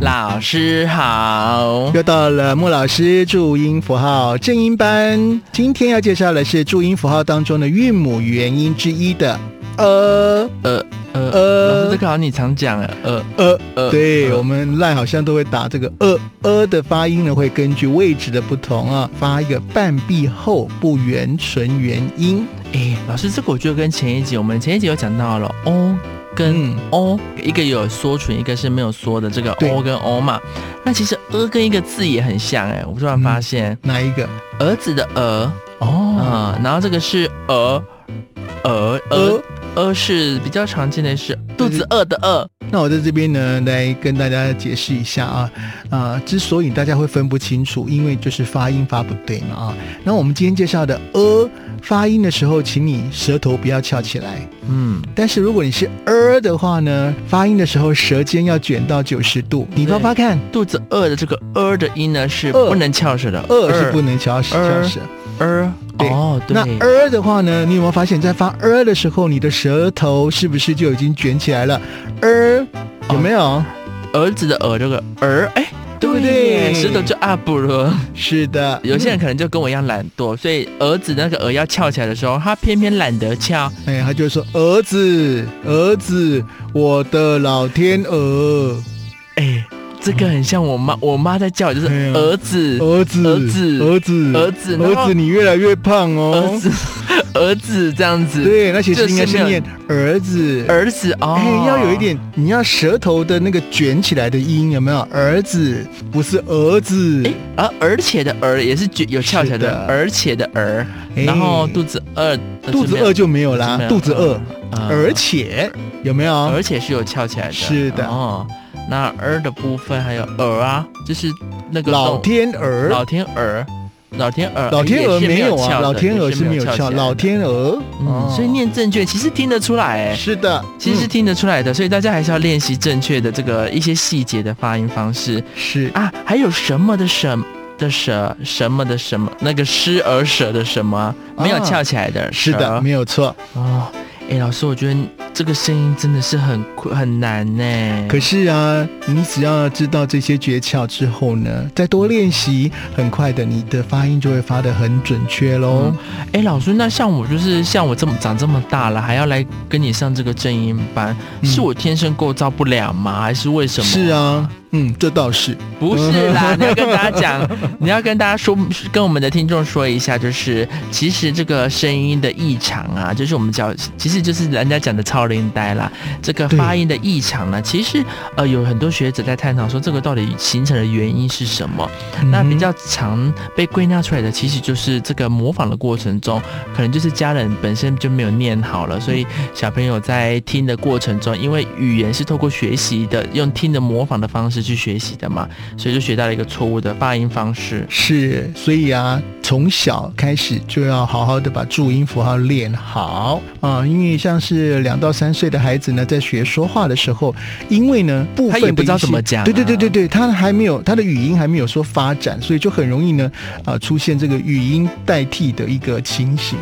老师好，又到了穆老师注音符号正音班，今天要介绍的是注音符号当中的韵母元音之一的呃呃呃呃老师这个好像你常讲哎，呃呃。呃，对呃我们 line 好像都会打这个呃呃的发音呢，会根据位置的不同啊，发一个半闭后不圆唇元音。哎，老师这个我觉得跟前一集我们前一集有讲到了哦跟嗯，哦，一个有缩唇，一个是没有缩的，这个对哦跟哦嘛，那其实呃跟一个字也很像哎，我突然发现哪一个？儿子的儿，嗯哦，嗯，然后这个是儿儿儿呃。呃是比较常见的是肚子饿的饿，那我在这边呢，来跟大家解释一下啊，啊、之所以大家会分不清楚，因为就是发音发不对嘛啊。那我们今天介绍的呃发音的时候，请你舌头不要翘起来，嗯，但是如果你是呃的话呢，发音的时候舌尖要卷到九十度。你发发看，肚子饿的这个呃的音呢是饿不能翘舌的，呃是不能翘舌，呃翘舌。呃，对哦对，那呃的话呢，你有没有发现，在发呃的时候，你的舌头是不是就已经卷起来了？呃有没有？哦儿子的儿这个儿，哎，对不耶对石头就 up 了。是的，有些人可能就跟我一样懒惰，所以儿子那个儿要翘起来的时候，他偏偏懒得翘。哎，他就会说：“儿子，儿子，我的老天鹅，哎，这个很像我嗯妈，我妈在叫我就是哎呀儿子，儿子，儿子儿子，儿子然后儿子，你越来越胖儿哦。子，儿子这样子，对，那其实应该这是是没有念儿子。儿子哦哎，，要有一。点，你要舌头的那个卷起来的音有没有？儿子不是儿子，哎，而而且的儿也是卷有翘起来是的的，而且的儿，哎然后肚子饿，肚子饿就没有哎是没啦，有肚子饿，呃而且有没有？而且是有翘起来的。是的哦，那儿的部分还有儿啊，就是那个老动天鹅老，天鹅，老天鹅，哎老天鹅也是没没有啊，翘的老天鹅是没也有翘，起来的老天鹅，嗯，哦所以念正确其实听得出来，哎，是的，其实是嗯听得出来的，所以大家还是要练习正确的这个一些细节的发音方式是啊，还有什么的什的舍什么的什么那个失而舍的什么啊啊没有翘起来的，是的，舍没有错。哦，哎，老师，我觉得这个声音真的是很困很难呢，可是啊，你只要知道这些诀窍之后呢，再多练习，很快的，你的发音就会发得很准确喽。哎，老师，那像我就是像我这么长这么大了，还要来跟你上这个正音班，嗯是我天生构造不良吗？还是为什么？是，啊，嗯，这倒是。不是啦，你要跟大家讲，你要跟大家说，跟我们的听众说一下，就是其实这个声音的异常啊，就是我们叫，其实就是人家讲的超龄呆啦，这个对发音的异常呢，其实呃有很多学者在探讨说，这个到底形成的原因是什么。那比较常被归纳出来的，其实就是这个模仿的过程中，可能就是家人本身就没有念好了，所以小朋友在听的过程中，因为语言是透过学习的，用听的模仿的方式去学习的嘛，所以就学到了一个错误的发音方式。是，所以啊，从小开始就要好好的把注音符号练好啊、因为像是两到三岁的孩子呢，在学说话的时候，因为呢部分他也的不知道一些怎么讲啊对对对对对，他还没有他的语音还没有说发展，所以就很容易呢啊、出现这个语音代替的一个情形。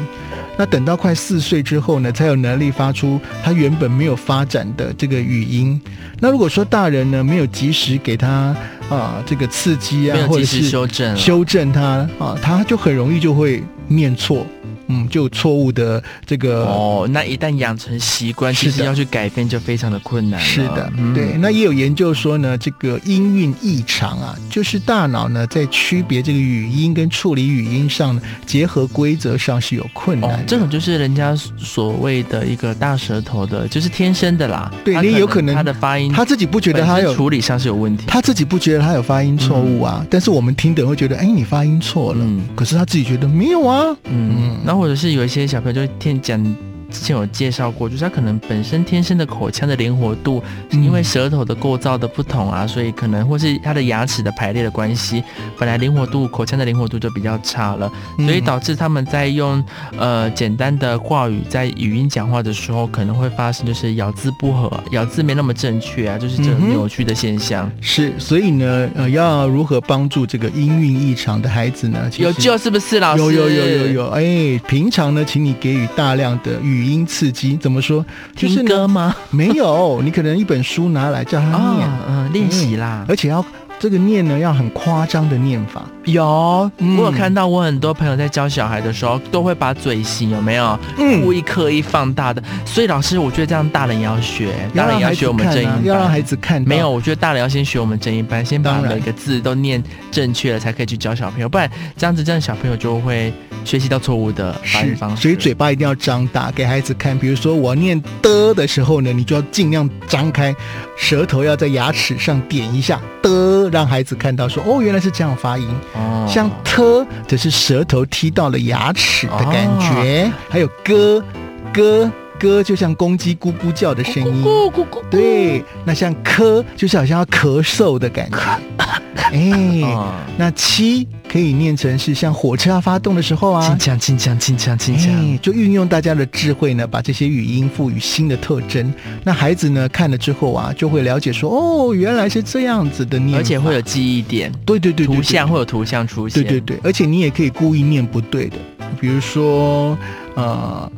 那等到快四岁之后呢，才有能力发出他原本没有发展的这个语音。那如果说大人呢没有及时给他啊、这个刺激啊没，有或者及是时修正了，修正它啊，它就很容易就会念错，嗯，就有错误的这个。哦，那一旦养成习惯，是其实的要去改变就非常的困难了。是的，嗯对。那也有研究说呢，这个音韵异常啊，就是大脑呢在区别这个语音跟处理语音上呢，结合规则上是有困难哦的。，这种就是人家所谓的一个大舌头的，就是天生的啦。对他你有可能他的发音，他自己不觉得本他身有，处理上是有问题。他自己不觉得他有发音错误啊，但是我们听的人会觉得，哎，你发音错了。嗯可是他自己觉得没有啊，嗯嗯，然后或者是有一些小朋友就天讲，之前有介绍过，就是他可能本身天生的口腔的灵活度，是因为嗯舌头的构造的不同啊，所以可能或是他的牙齿的排列的关系，本来灵活度口腔的灵活度就比较差了，所以嗯导致他们在用呃简单的话语在语音讲话的时候，可能会发生就是咬字不合，啊咬字没那么正确啊，就是这嗯种哼扭曲的现象。是，所以呢，呃，要如何帮助这个音韵异常的孩子呢？其有实救是不是，老师？有有有有有，哎，平常呢，请你给予大量的语语音刺激。怎么说？就是听呢歌吗？ 没有，你可能一本书拿来叫他念，啊，嗯，练习啦。而且要这个念呢要很夸张的念法。有，嗯我有看到，我很多朋友在教小孩的时候，都会把嘴型有没有故嗯，意刻意放大的。所以老师，我觉得这样大人也要学，要大人让也要孩学子我们正看音啊班，。要让孩子看到没有，。我觉得大人要先学我们正音班，先把当然每个字都念正确了，才可以去教小朋友，不然这样子，这样小朋友就会学习到错误的发音是方，式。所以嘴巴一定要张大，给孩子看。比如说我念的的时候呢，你就要尽量张开，舌头要在牙齿上点一下的，让孩子看到说哦，原来是这样发音。哦像特则是舌头踢到了牙齿的感哦觉，还有咯咯咯，就像公鸡咕咕叫的声音。咕咕咕咕咕，对，那像咳，就是好像要咳嗽的感觉。哎、啊，那七可以念成是像火车要发动的时候啊轻，强轻强轻强轻哎强，，就运用大家的智慧呢，把这些语音赋予新的特征。那孩子呢看了之后啊，就会了解说，哦，原来是这样子的念法，而且会有记忆点，对哎对对对对图像会有图像出现。对对对，而且你也可以故意念不对的，比如说呃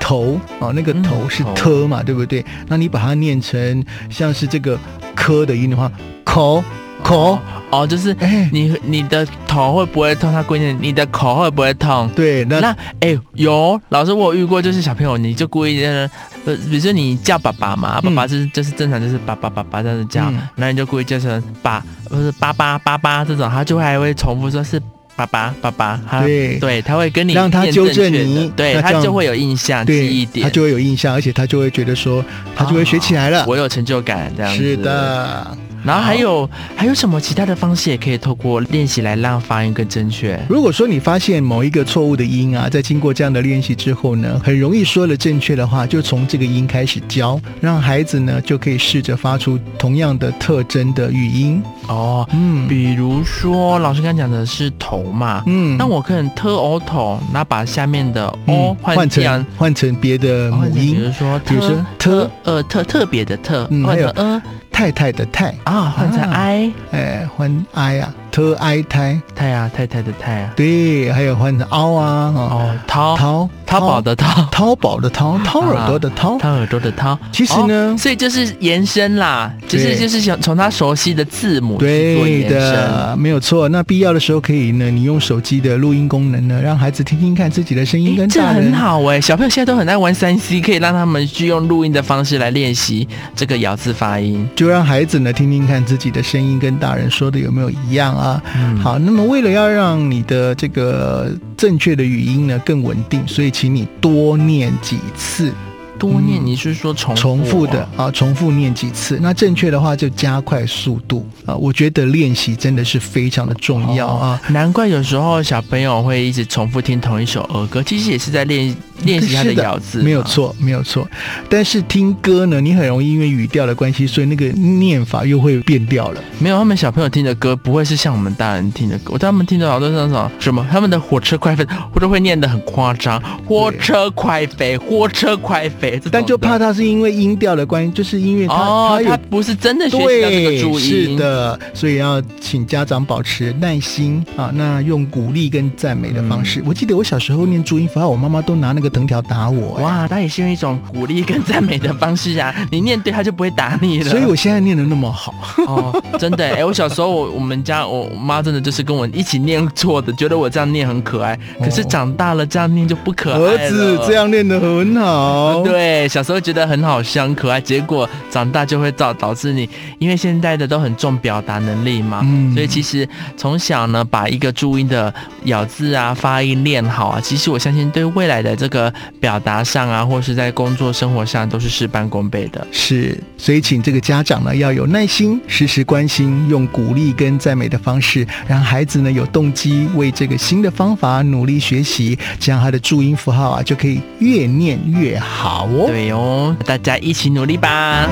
头啊、哦那个嗯头是头特嘛，对不对？那你把它念成像是这个科的音的话，口口，哦，就是哎，你你的头会不会痛？它关键你的口会不会痛？对，那那哎、有老师我有遇过，就是小朋友你就故意在那呃，比如说你叫爸爸嘛，爸嗯爸就是、就是正常就是爸爸爸爸这样子叫，嗯然后你就故意叫成爸不是爸爸爸爸这种，他就会还会重复说是爸爸爸爸，他对对，他会跟你让他念纠正确正你的对那他这样就会有印象记忆对，点，他就会有印象，而且他就会觉得说，他就会学起来了。我有成就感这样子。是，的，然后还有还有什么其他的方式也可以透过练习来让发音更正确？如果说你发现某一个错误的音啊，在经过这样的练习之后呢，很容易说了正确的话，就从这个音开始教，让孩子呢就可以试着发出同样的特征的语音。哦，嗯比如说，老师刚讲的是头嘛，嗯那、我可能特 o 头，那把下面的哦 o 嗯换掉，成换成别的母哦换成比音，如说，比如说特呃特特别的特，嗯换成还呃太太的太，啊，换成啊 i，哎，换 i 啊，特 i 胎，太啊太太的太啊，对，还有换成凹啊，哦，哦掏淘淘宝的淘，淘宝的淘，掏耳朵的掏。掏耳朵的掏。其实呢哦，所以就是延伸啦，就是对就是想从他熟悉的字母去做对延伸。的，没有错。那必要的时候可以呢，你用手机的录音功能呢，让孩子听听看自己的声音诶跟这大很人。好哎、小朋友现在都很爱玩三 C，可以让他们去用录音的方式来练习这个咬字发音。就让孩子呢听听看自己的声音跟大人说的有没有一样啊？嗯好，那么为了要让你的这个正确的语音呢更稳定，所以请你多念几次，多念，嗯你是说重重复复啊的啊，重复念几次。那正确的话就加快速度啊。我觉得练习真的是非常的重要啊。哦难怪有时候小朋友会一直重复听同一首儿歌，其实也是在练练习他是的咬字，啊没有。错，没有错。但是听歌呢，你很容易因为语调的关系，所以那个念法又会变掉了。没有，他们小朋友听的歌不会是像我们大人听的歌，我他们听的好多是那种什么，他们的火车快飞，或者会念得很夸张，火车快飞，火车快飞，这种的但就怕它是因为音调的关系，就是因为它、哦它，他有不是真的学习到这个注音，对，是，的，所以要请家长保持耐心啊。那用鼓励跟赞美的方嗯式。我记得我小时候念注音符号，我妈妈都拿那个藤条打我、哎哇！哇，他也是用一种鼓励跟赞美的方式 啊，你念对他就不会打你了，所以我现在念的那么好， 哦，真的哎、我小时候我我们家我妈真的就是跟我一起念错的，觉得我这样念很可爱，可是哦长大了这样念就不可爱了。儿子这样念的很好。 对，小时候觉得很好笑、很可爱，结果长大就会导导致你，因为现在的都很重表达能力嘛，嗯所以其实从小呢，把一个注音的咬字啊、发音练好啊，其实我相信对未来的这个表达上啊，或是在工作生活上都是事半功倍的。是，所以请这个家长呢要有耐心，时时关心，用鼓励跟赞美的方式，让孩子呢有动机为这个新的方法努力学习，这样他的注音符号啊就可以越念越好哦。对哦，大家一起努力吧。